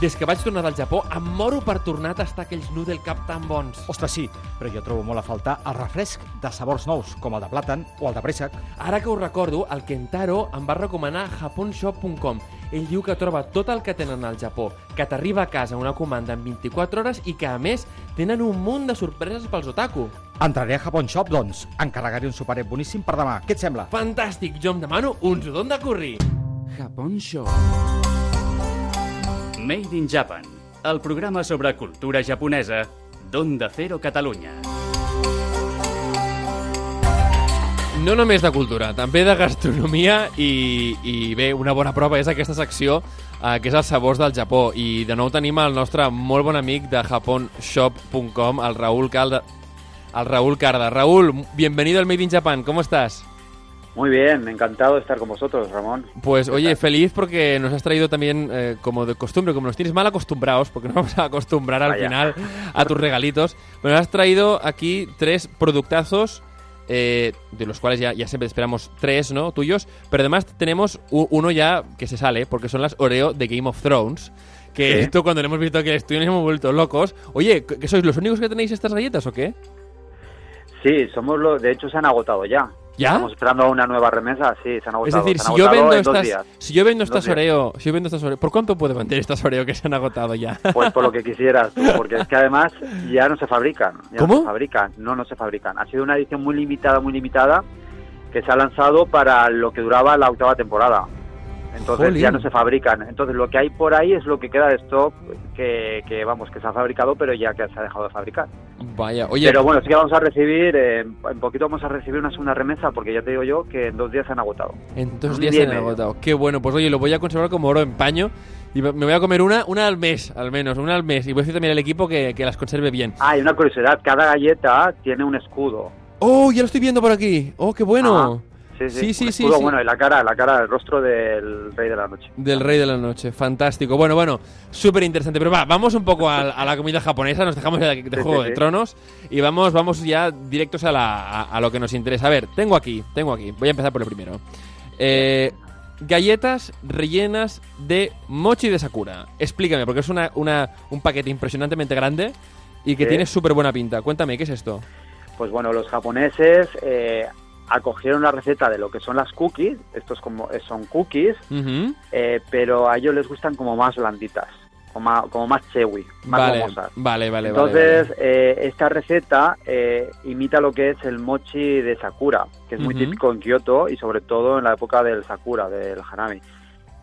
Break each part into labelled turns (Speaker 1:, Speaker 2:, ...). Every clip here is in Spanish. Speaker 1: Des que vaig tornar del Japó, em moro per tornar a tastar aquells noodle cap tan bons.
Speaker 2: Ostres, sí, però jo trobo molt a faltar el refresc de sabors nous, com el de plàtan o el de préssec.
Speaker 1: Ara que ho recordo, el Kentaro em va recomanar japonshop.com. Ell diu que troba tot el que tenen al Japó, que t'arriba a casa una comanda en 24 hores i que, a més, tenen un munt de sorpreses pels otaku.
Speaker 2: Entraré a Japon Shop, doncs. Encarregaré un superet boníssim per demà. Què et sembla?
Speaker 1: Fantàstic! Jo em demano un sudon de curri.
Speaker 3: Japón Show. Made in Japan, el programa sobre cultura japonesa d'Onda Cero Catalunya.
Speaker 1: No només de cultura, també de gastronomia i, i bé, una bona prova és aquesta secció eh, que és els sabors del Japó i de nou tenim el nostre molt bon amic de japonshop.com, el Raül Calda, el Raül Carda. Raúl, bienvenido al Made in Japan, ¿cómo estás?
Speaker 4: Muy bien, encantado de estar con vosotros, Ramón.
Speaker 1: Pues oye, feliz porque nos has traído también, eh, como de costumbre, como nos tienes mal acostumbrados, porque nos vamos a acostumbrar al
Speaker 4: Vaya.
Speaker 1: final a tus regalitos, pero nos has traído aquí tres productazos, eh, de los cuales ya, ya siempre esperamos tres, ¿no? Tuyos, pero además tenemos u- uno ya que se sale, porque son las Oreo de Game of Thrones. Que
Speaker 4: Sí.
Speaker 1: esto cuando lo hemos visto aquí en el estudio nos hemos vuelto locos. Oye, ¿que que sois los únicos que tenéis estas galletas o qué?
Speaker 4: Sí, somos los. De hecho, se han agotado ya.
Speaker 1: ¿Ya?
Speaker 4: Estamos esperando una nueva remesa. Sí, se han
Speaker 1: ¿Ah? Es
Speaker 4: agotado.
Speaker 1: decir,
Speaker 4: se han
Speaker 1: si yo,
Speaker 4: agotado
Speaker 1: vendo
Speaker 4: en dos
Speaker 1: estas,
Speaker 4: días.
Speaker 1: si yo vendo
Speaker 4: En dos
Speaker 1: estas
Speaker 4: días.
Speaker 1: Oreo, si yo vendo estas Oreo, ¿por cuánto puedo vender estas Oreo que se han agotado ya?
Speaker 4: Pues por lo que quisieras tú, porque es que además ya no se fabrican. Ya
Speaker 1: ¿Cómo?
Speaker 4: No se fabrican, no, no se fabrican. Ha sido una edición muy limitada, muy limitada, que se ha lanzado para lo que duraba la octava temporada. Entonces
Speaker 1: Jolín.
Speaker 4: ya no se fabrican. Entonces lo que hay por ahí es lo que queda de stock, que, que vamos, que se ha fabricado, pero ya que se ha dejado de fabricar.
Speaker 1: Vaya, oye,
Speaker 4: Pero bueno, sí que vamos a recibir, eh, en poquito vamos a recibir una segunda remesa, porque ya te digo yo que en dos días se han agotado.
Speaker 1: en dos
Speaker 4: un
Speaker 1: días
Speaker 4: día
Speaker 1: se
Speaker 4: y
Speaker 1: han
Speaker 4: medio.
Speaker 1: agotado. Qué bueno, pues oye, lo voy a conservar como oro en paño y me voy a comer una, una al mes, al menos, una al mes. Y voy a decir también al equipo que, que las conserve bien.
Speaker 4: Ah, y una curiosidad, cada galleta tiene un escudo.
Speaker 1: ¡Oh, ya lo estoy viendo por aquí! ¡Oh, qué bueno!
Speaker 4: Sí, sí,
Speaker 1: Sí, sí,
Speaker 4: un
Speaker 1: sí,
Speaker 4: escudo,
Speaker 1: sí.
Speaker 4: bueno, y la cara, la cara, el rostro del rey de la noche.
Speaker 1: Del Rey de la Noche, fantástico. Bueno, bueno, súper interesante. Pero va, vamos un poco al- a, la comida japonesa, nos dejamos ya de, de
Speaker 4: Sí,
Speaker 1: Juego
Speaker 4: sí,
Speaker 1: de
Speaker 4: sí.
Speaker 1: Tronos y vamos, vamos ya directos a, la- a- a lo que nos interesa. A ver, tengo aquí, tengo aquí, voy a empezar por el primero. Eh, galletas rellenas de mochi de Sakura. Explícame, porque es una, una- un paquete impresionantemente grande y que
Speaker 4: Sí.
Speaker 1: tiene súper buena pinta. Cuéntame, ¿qué es esto?
Speaker 4: Pues bueno, los japoneses eh, acogieron la receta de lo que son las cookies, estos como eh, son cookies,
Speaker 1: Ujú.
Speaker 4: eh, pero a ellos les gustan como más blanditas, como ma- como más chewy, más
Speaker 1: Vale,
Speaker 4: gomosas.
Speaker 1: vale, vale, vale,
Speaker 4: Entonces,
Speaker 1: vale.
Speaker 4: eh, esta receta eh, imita lo que es el mochi de Sakura, que es muy
Speaker 1: Ujú.
Speaker 4: típico en Kioto y sobre todo en la época del Sakura, del Hanami.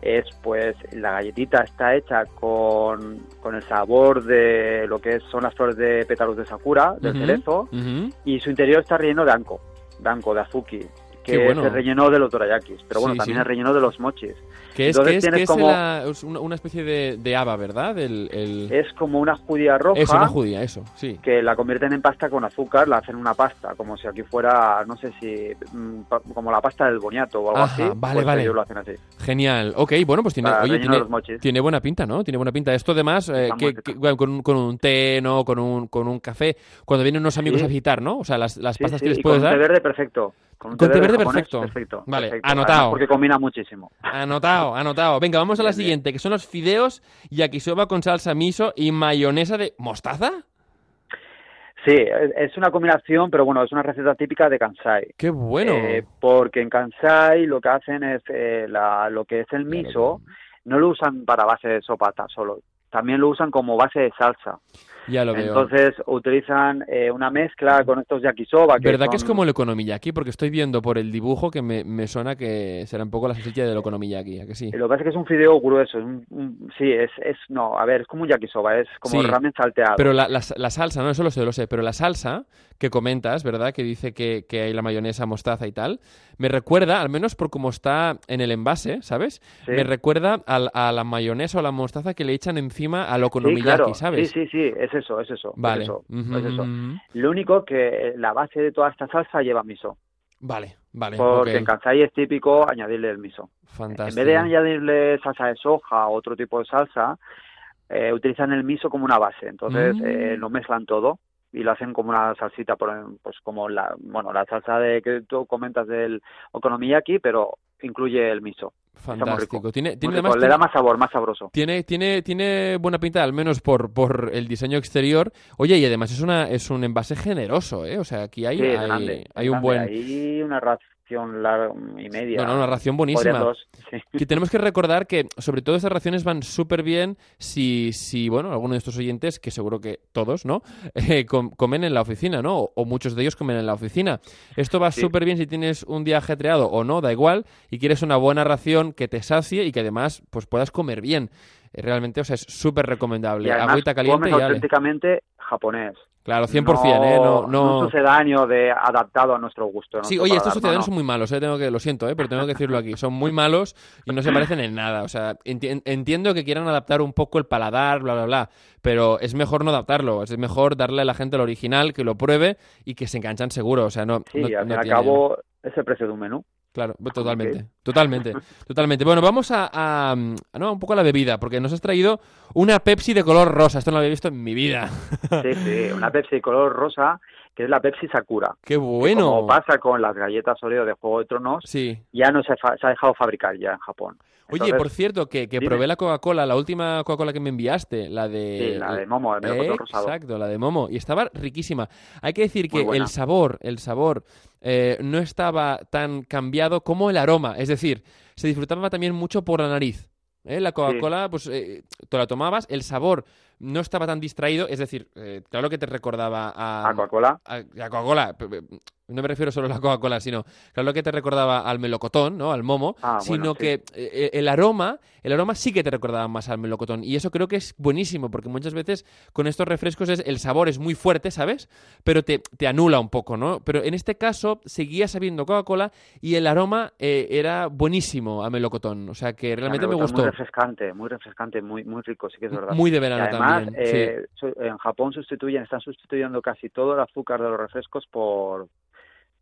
Speaker 4: Es pues la galletita está hecha con, con el sabor de lo que son las flores de pétalos de Sakura, del
Speaker 1: Ujú.
Speaker 4: cerezo,
Speaker 1: Ujú.
Speaker 4: y su interior está relleno de anko, de anko, de azuki, que
Speaker 1: Qué bueno.
Speaker 4: es el relleno de los dorayakis, pero bueno,
Speaker 1: Sí,
Speaker 4: también
Speaker 1: sí.
Speaker 4: el relleno de los mochis.
Speaker 1: Que es,
Speaker 4: Entonces
Speaker 1: que es,
Speaker 4: tienes
Speaker 1: que es
Speaker 4: como-
Speaker 1: la- es una, una especie de, de haba, ¿verdad? El, el-
Speaker 4: Es como una judía roja.
Speaker 1: Eso, una judía, eso, sí.
Speaker 4: que la convierten en pasta con azúcar, la hacen una pasta, como si aquí fuera, no sé si, mm, pa- como la pasta del boniato o algo
Speaker 1: Ajá,
Speaker 4: así.
Speaker 1: vale,
Speaker 4: pues
Speaker 1: vale.
Speaker 4: Ellos lo hacen así.
Speaker 1: Genial. Ok, bueno, pues tiene,
Speaker 4: para
Speaker 1: oye,
Speaker 4: relleno
Speaker 1: tiene,
Speaker 4: de los mochis.
Speaker 1: tiene buena pinta, ¿no? Tiene buena pinta. Esto además, eh,
Speaker 4: Está
Speaker 1: que,
Speaker 4: muy
Speaker 1: que-
Speaker 4: rica.
Speaker 1: con, un- con un té, ¿no? Con un, con un café. Cuando vienen unos amigos
Speaker 4: Sí.
Speaker 1: a visitar, ¿no? O sea, las, las
Speaker 4: Sí,
Speaker 1: pastas
Speaker 4: sí,
Speaker 1: que les
Speaker 4: y con
Speaker 1: puedes
Speaker 4: un té
Speaker 1: dar.
Speaker 4: verde perfecto.
Speaker 1: Con té verde
Speaker 4: japonés,
Speaker 1: perfecto.
Speaker 4: perfecto.
Speaker 1: Vale,
Speaker 4: perfecto.
Speaker 1: anotado.
Speaker 4: Además, porque combina muchísimo.
Speaker 1: Anotado, anotado. Venga, vamos a la
Speaker 4: Bien, bien.
Speaker 1: siguiente, que son los fideos yakisoba con salsa miso y mayonesa de mostaza.
Speaker 4: Sí, es es una combinación, pero bueno, es una receta típica de Kansai.
Speaker 1: ¡Qué bueno!
Speaker 4: Eh, porque en Kansai lo que hacen es eh, la- lo que es el
Speaker 1: Claro.
Speaker 4: miso, no lo usan para base de sopa ta- solo, también lo usan como base de salsa.
Speaker 1: ya lo veo.
Speaker 4: Entonces utilizan eh, una mezcla con estos yakisoba. Que
Speaker 1: ¿Verdad que es
Speaker 4: son-
Speaker 1: como el okonomiyaki? Porque estoy viendo por el dibujo que me, me suena que será un poco la salsilla del okonomiyaki, ¿a que sí?
Speaker 4: eh, Lo que pasa es que es un fideo grueso. es un- un- sí, es, es. No, a ver, es como un yakisoba, es como
Speaker 1: Sí,
Speaker 4: ramen salteado.
Speaker 1: Pero la, la- la salsa, no, eso lo sé, lo sé, pero la salsa que comentas, ¿verdad? Que dice que, que hay la mayonesa, mostaza y tal, me recuerda, al menos por cómo está en el envase, ¿sabes?
Speaker 4: Sí.
Speaker 1: Me recuerda al- a, la mayonesa o la mostaza que le echan encima al
Speaker 4: Sí,
Speaker 1: okonomiyaki,
Speaker 4: claro.
Speaker 1: ¿sabes?
Speaker 4: Sí, sí, sí, es eso, es eso. es
Speaker 1: Vale.
Speaker 4: eso,
Speaker 1: Ujú,
Speaker 4: es eso.
Speaker 1: ujú.
Speaker 4: Lo único que la base de toda esta salsa lleva miso.
Speaker 1: Vale, vale.
Speaker 4: Porque
Speaker 1: ok.
Speaker 4: en Kansai es típico añadirle el miso. En
Speaker 1: Fantástico.
Speaker 4: vez de añadirle salsa de soja o otro tipo de salsa, eh, utilizan el miso como una base. Entonces
Speaker 1: Mm.
Speaker 4: eh, lo mezclan todo y lo hacen como una salsita, por en- pues como la, bueno, la salsa de que tú comentas del okonomiyaki, pero incluye el miso.
Speaker 1: Fantástico. Tiene,
Speaker 4: Muy
Speaker 1: tiene,
Speaker 4: rico,
Speaker 1: además,
Speaker 4: Le
Speaker 1: tiene-
Speaker 4: da más sabor, más sabroso.
Speaker 1: Tiene, tiene, tiene buena pinta, al menos por, por el diseño exterior. Oye, y además es una, es un envase generoso, ¿eh? O sea, aquí hay,
Speaker 4: Sí, es
Speaker 1: hay,
Speaker 4: grande,
Speaker 1: hay
Speaker 4: es
Speaker 1: un
Speaker 4: grande.
Speaker 1: buen.
Speaker 4: Ahí una ración larga y media.
Speaker 1: No, no, una ración
Speaker 4: Podrían
Speaker 1: buenísima.
Speaker 4: dos, sí.
Speaker 1: Que tenemos que recordar que, sobre todo, estas raciones van súper bien si, si, bueno, alguno de estos oyentes, que seguro que todos, ¿no? Eh, com- comen en la oficina, ¿no? O, o muchos de ellos comen en la oficina. Esto va
Speaker 4: Sí.
Speaker 1: súper bien si tienes un día ajetreado o no, da igual, y quieres una buena ración que te sacie y que además, pues puedas comer bien. Eh, Realmente, o sea, es súper recomendable.
Speaker 4: Y además
Speaker 1: Agüita caliente y
Speaker 4: comen
Speaker 1: ale.
Speaker 4: auténticamente japonés.
Speaker 1: Claro, 100%, ¿eh? No, no...
Speaker 4: no sucedaño de adaptado a nuestro gusto. a
Speaker 1: Sí,
Speaker 4: nuestro
Speaker 1: oye, estos
Speaker 4: paladar, no,
Speaker 1: sucedanos
Speaker 4: no.
Speaker 1: son muy malos, ¿eh? Tengo que, lo siento, ¿eh? pero tengo que decirlo aquí. Son muy malos y no se parecen en nada. O sea, enti- entiendo que quieran adaptar un poco el paladar, bla, bla, bla, pero es mejor no adaptarlo. Es mejor darle a la gente el original, que lo pruebe y que se enganchan seguro. O sea, no.
Speaker 4: Sí,
Speaker 1: no-
Speaker 4: al
Speaker 1: no
Speaker 4: fin y al
Speaker 1: tienen-
Speaker 4: cabo es el precio de un menú.
Speaker 1: Claro, totalmente, totalmente, totalmente. Bueno, vamos a, a, mm, no, un poco a la bebida, porque nos has traído una Pepsi de color rosa. Esto no lo había visto en mi vida.
Speaker 4: Sí, sí, una Pepsi color rosa, que es la Pepsi Sakura.
Speaker 1: ¡Qué bueno!
Speaker 4: Como pasa con las galletas Oreo de Juego de Tronos,
Speaker 1: Sí.
Speaker 4: ya no se, fa- se ha dejado fabricar ya en Japón.
Speaker 1: Oye,
Speaker 4: Entonces,
Speaker 1: por cierto, que, que
Speaker 4: dime.
Speaker 1: probé la Coca-Cola, la última Coca-Cola que me enviaste, la de... eh,
Speaker 4: sí, la de Momo, el melocotón rosado.
Speaker 1: Exacto, la de Momo. Y estaba riquísima. Hay que decir
Speaker 4: Muy
Speaker 1: que
Speaker 4: buena.
Speaker 1: el sabor, el sabor eh, no estaba tan cambiado como el aroma. Es decir, se disfrutaba también mucho por la nariz. ¿eh? La Coca-Cola, pues eh, te la tomabas, el sabor no estaba tan distraído. Es decir, eh, claro que te recordaba a,
Speaker 4: A Coca-Cola,
Speaker 1: a, a Coca-Cola, p- p- no me refiero solo a la Coca-Cola, sino, claro, lo que te recordaba al melocotón, ¿no? Al momo,
Speaker 4: Ah,
Speaker 1: sino
Speaker 4: bueno, sí.
Speaker 1: que eh, el aroma, el aroma sí que te recordaba más al melocotón. Y eso creo que es buenísimo, porque muchas veces con estos refrescos es, el sabor es muy fuerte, ¿sabes? Pero te, te anula un poco, ¿no? Pero en este caso seguía sabiendo Coca-Cola y el aroma eh, era buenísimo a melocotón. O sea que realmente me
Speaker 4: melocotón
Speaker 1: gustó.
Speaker 4: Muy refrescante, muy refrescante, muy, muy rico, sí que es verdad.
Speaker 1: Muy de
Speaker 4: Y
Speaker 1: verano
Speaker 4: además,
Speaker 1: también. sí.
Speaker 4: eh, su- en Japón sustituyen, están sustituyendo casi todo el azúcar de los refrescos por,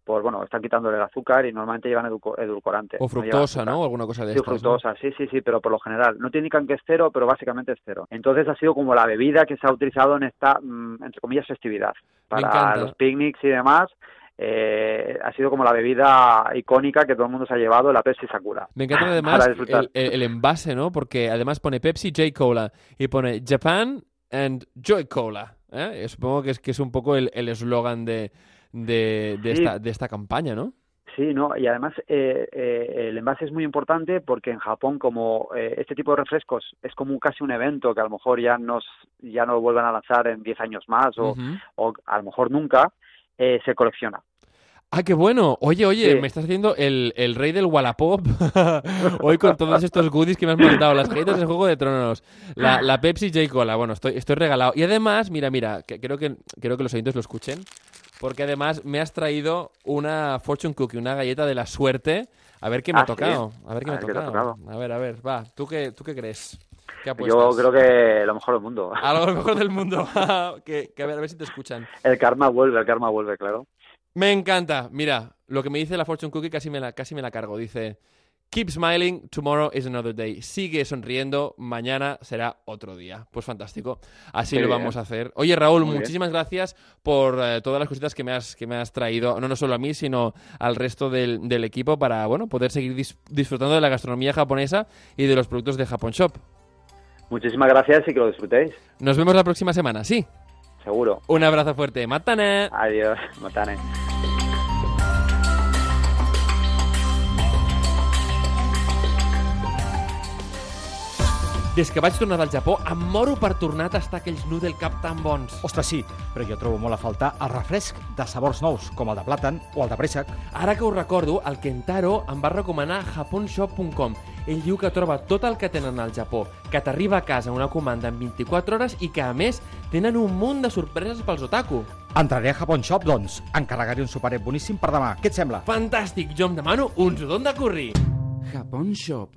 Speaker 4: por bueno, están quitándole el azúcar y normalmente llevan edulco- edulcorante.
Speaker 1: O
Speaker 4: no llevan
Speaker 1: fructosa,
Speaker 4: azúcar.
Speaker 1: ¿no? O alguna cosa de
Speaker 4: Sí,
Speaker 1: estas, ¿no?
Speaker 4: fructosa, sí, sí, sí, pero por lo general. No te indican que es cero, pero básicamente es cero. Entonces ha sido como la bebida que se ha utilizado en esta, mm, entre comillas, festividad. Para
Speaker 1: encanta.
Speaker 4: los picnics y demás, eh, ha sido como la bebida icónica que todo el mundo se ha llevado, la Pepsi Sakura.
Speaker 1: Me encanta además
Speaker 4: Ah, Para disfrutar.
Speaker 1: el, el- el envase, ¿no? Porque además pone Pepsi J Cola y pone Japan and Joy Cola. ¿eh? Y Supongo que es que es un poco el el eslogan de, de, de
Speaker 4: Sí.
Speaker 1: esta, de esta campaña, ¿no?
Speaker 4: Sí, no, y además eh, eh, el envase es muy importante porque en Japón como eh, este tipo de refrescos es como casi un evento que a lo mejor ya nos ya no lo vuelvan a lanzar en 10 años más o,
Speaker 1: Ujú.
Speaker 4: o a lo mejor nunca eh, se colecciona.
Speaker 1: Ah, qué bueno. Oye, oye,
Speaker 4: Sí.
Speaker 1: me estás haciendo el, el rey del Wallapop hoy con todos estos goodies que me has mandado, las galletas del Juego de Tronos, la, la Pepsi J Cola. Bueno, estoy, estoy regalado. Y además, mira, mira, que creo que creo que los oyentes lo escuchen, porque además me has traído una fortune cookie, una galleta de la suerte. A ver qué me
Speaker 4: Ah,
Speaker 1: ha
Speaker 4: sí.
Speaker 1: tocado. A ver qué
Speaker 4: A
Speaker 1: me ha
Speaker 4: ver qué te ha
Speaker 1: tocado. A ver, a ver, va. ¿Tú qué, tú qué crees? ¿Qué apuestas?
Speaker 4: Yo creo que lo mejor del mundo.
Speaker 1: A lo mejor del mundo. que, que a ver, a ver si te escuchan.
Speaker 4: El karma vuelve, el karma vuelve, claro.
Speaker 1: Me encanta. Mira, lo que me dice la Fortune Cookie casi me la, casi me la cargo. Dice, keep smiling, tomorrow is another day. Sigue sonriendo, mañana será otro día. Pues fantástico. Así
Speaker 4: Qué
Speaker 1: lo
Speaker 4: bien.
Speaker 1: vamos a hacer. Oye, Raúl,
Speaker 4: Muy bien.
Speaker 1: muchísimas gracias por eh, todas las cositas que me, has, que me has traído, no, no solo a mí, sino al resto del, del equipo para, bueno, poder seguir dis- disfrutando de la gastronomía japonesa y de los productos de Japón Shop.
Speaker 4: Muchísimas gracias y que lo disfrutéis,
Speaker 1: Nos vemos la próxima semana, sí.
Speaker 4: seguro.
Speaker 1: Un abrazo fuerte. ¡Matane!
Speaker 4: Adiós, Matane.
Speaker 1: Des que vaig tornar del Japó, em moro per tornar a tastar aquells noodle cup tan bons.
Speaker 2: Ostres, sí, però jo trobo molt a faltar el refresc de sabors nous, com el de plàtan o el de préssec.
Speaker 1: Ara que ho recordo, el Kentaro em va recomanar japonshop.com. Ell diu que troba tot el que tenen al Japó, que t'arriba a casa una comanda en 24 hores i que, a més, tenen un munt de sorpreses pels otaku.
Speaker 2: Entraré a Japon Shop, doncs. Encarregaré un superet boníssim per demà. Què et sembla?
Speaker 1: Fantàstic! Jo em demano un sudon de curri!
Speaker 5: Japón Shop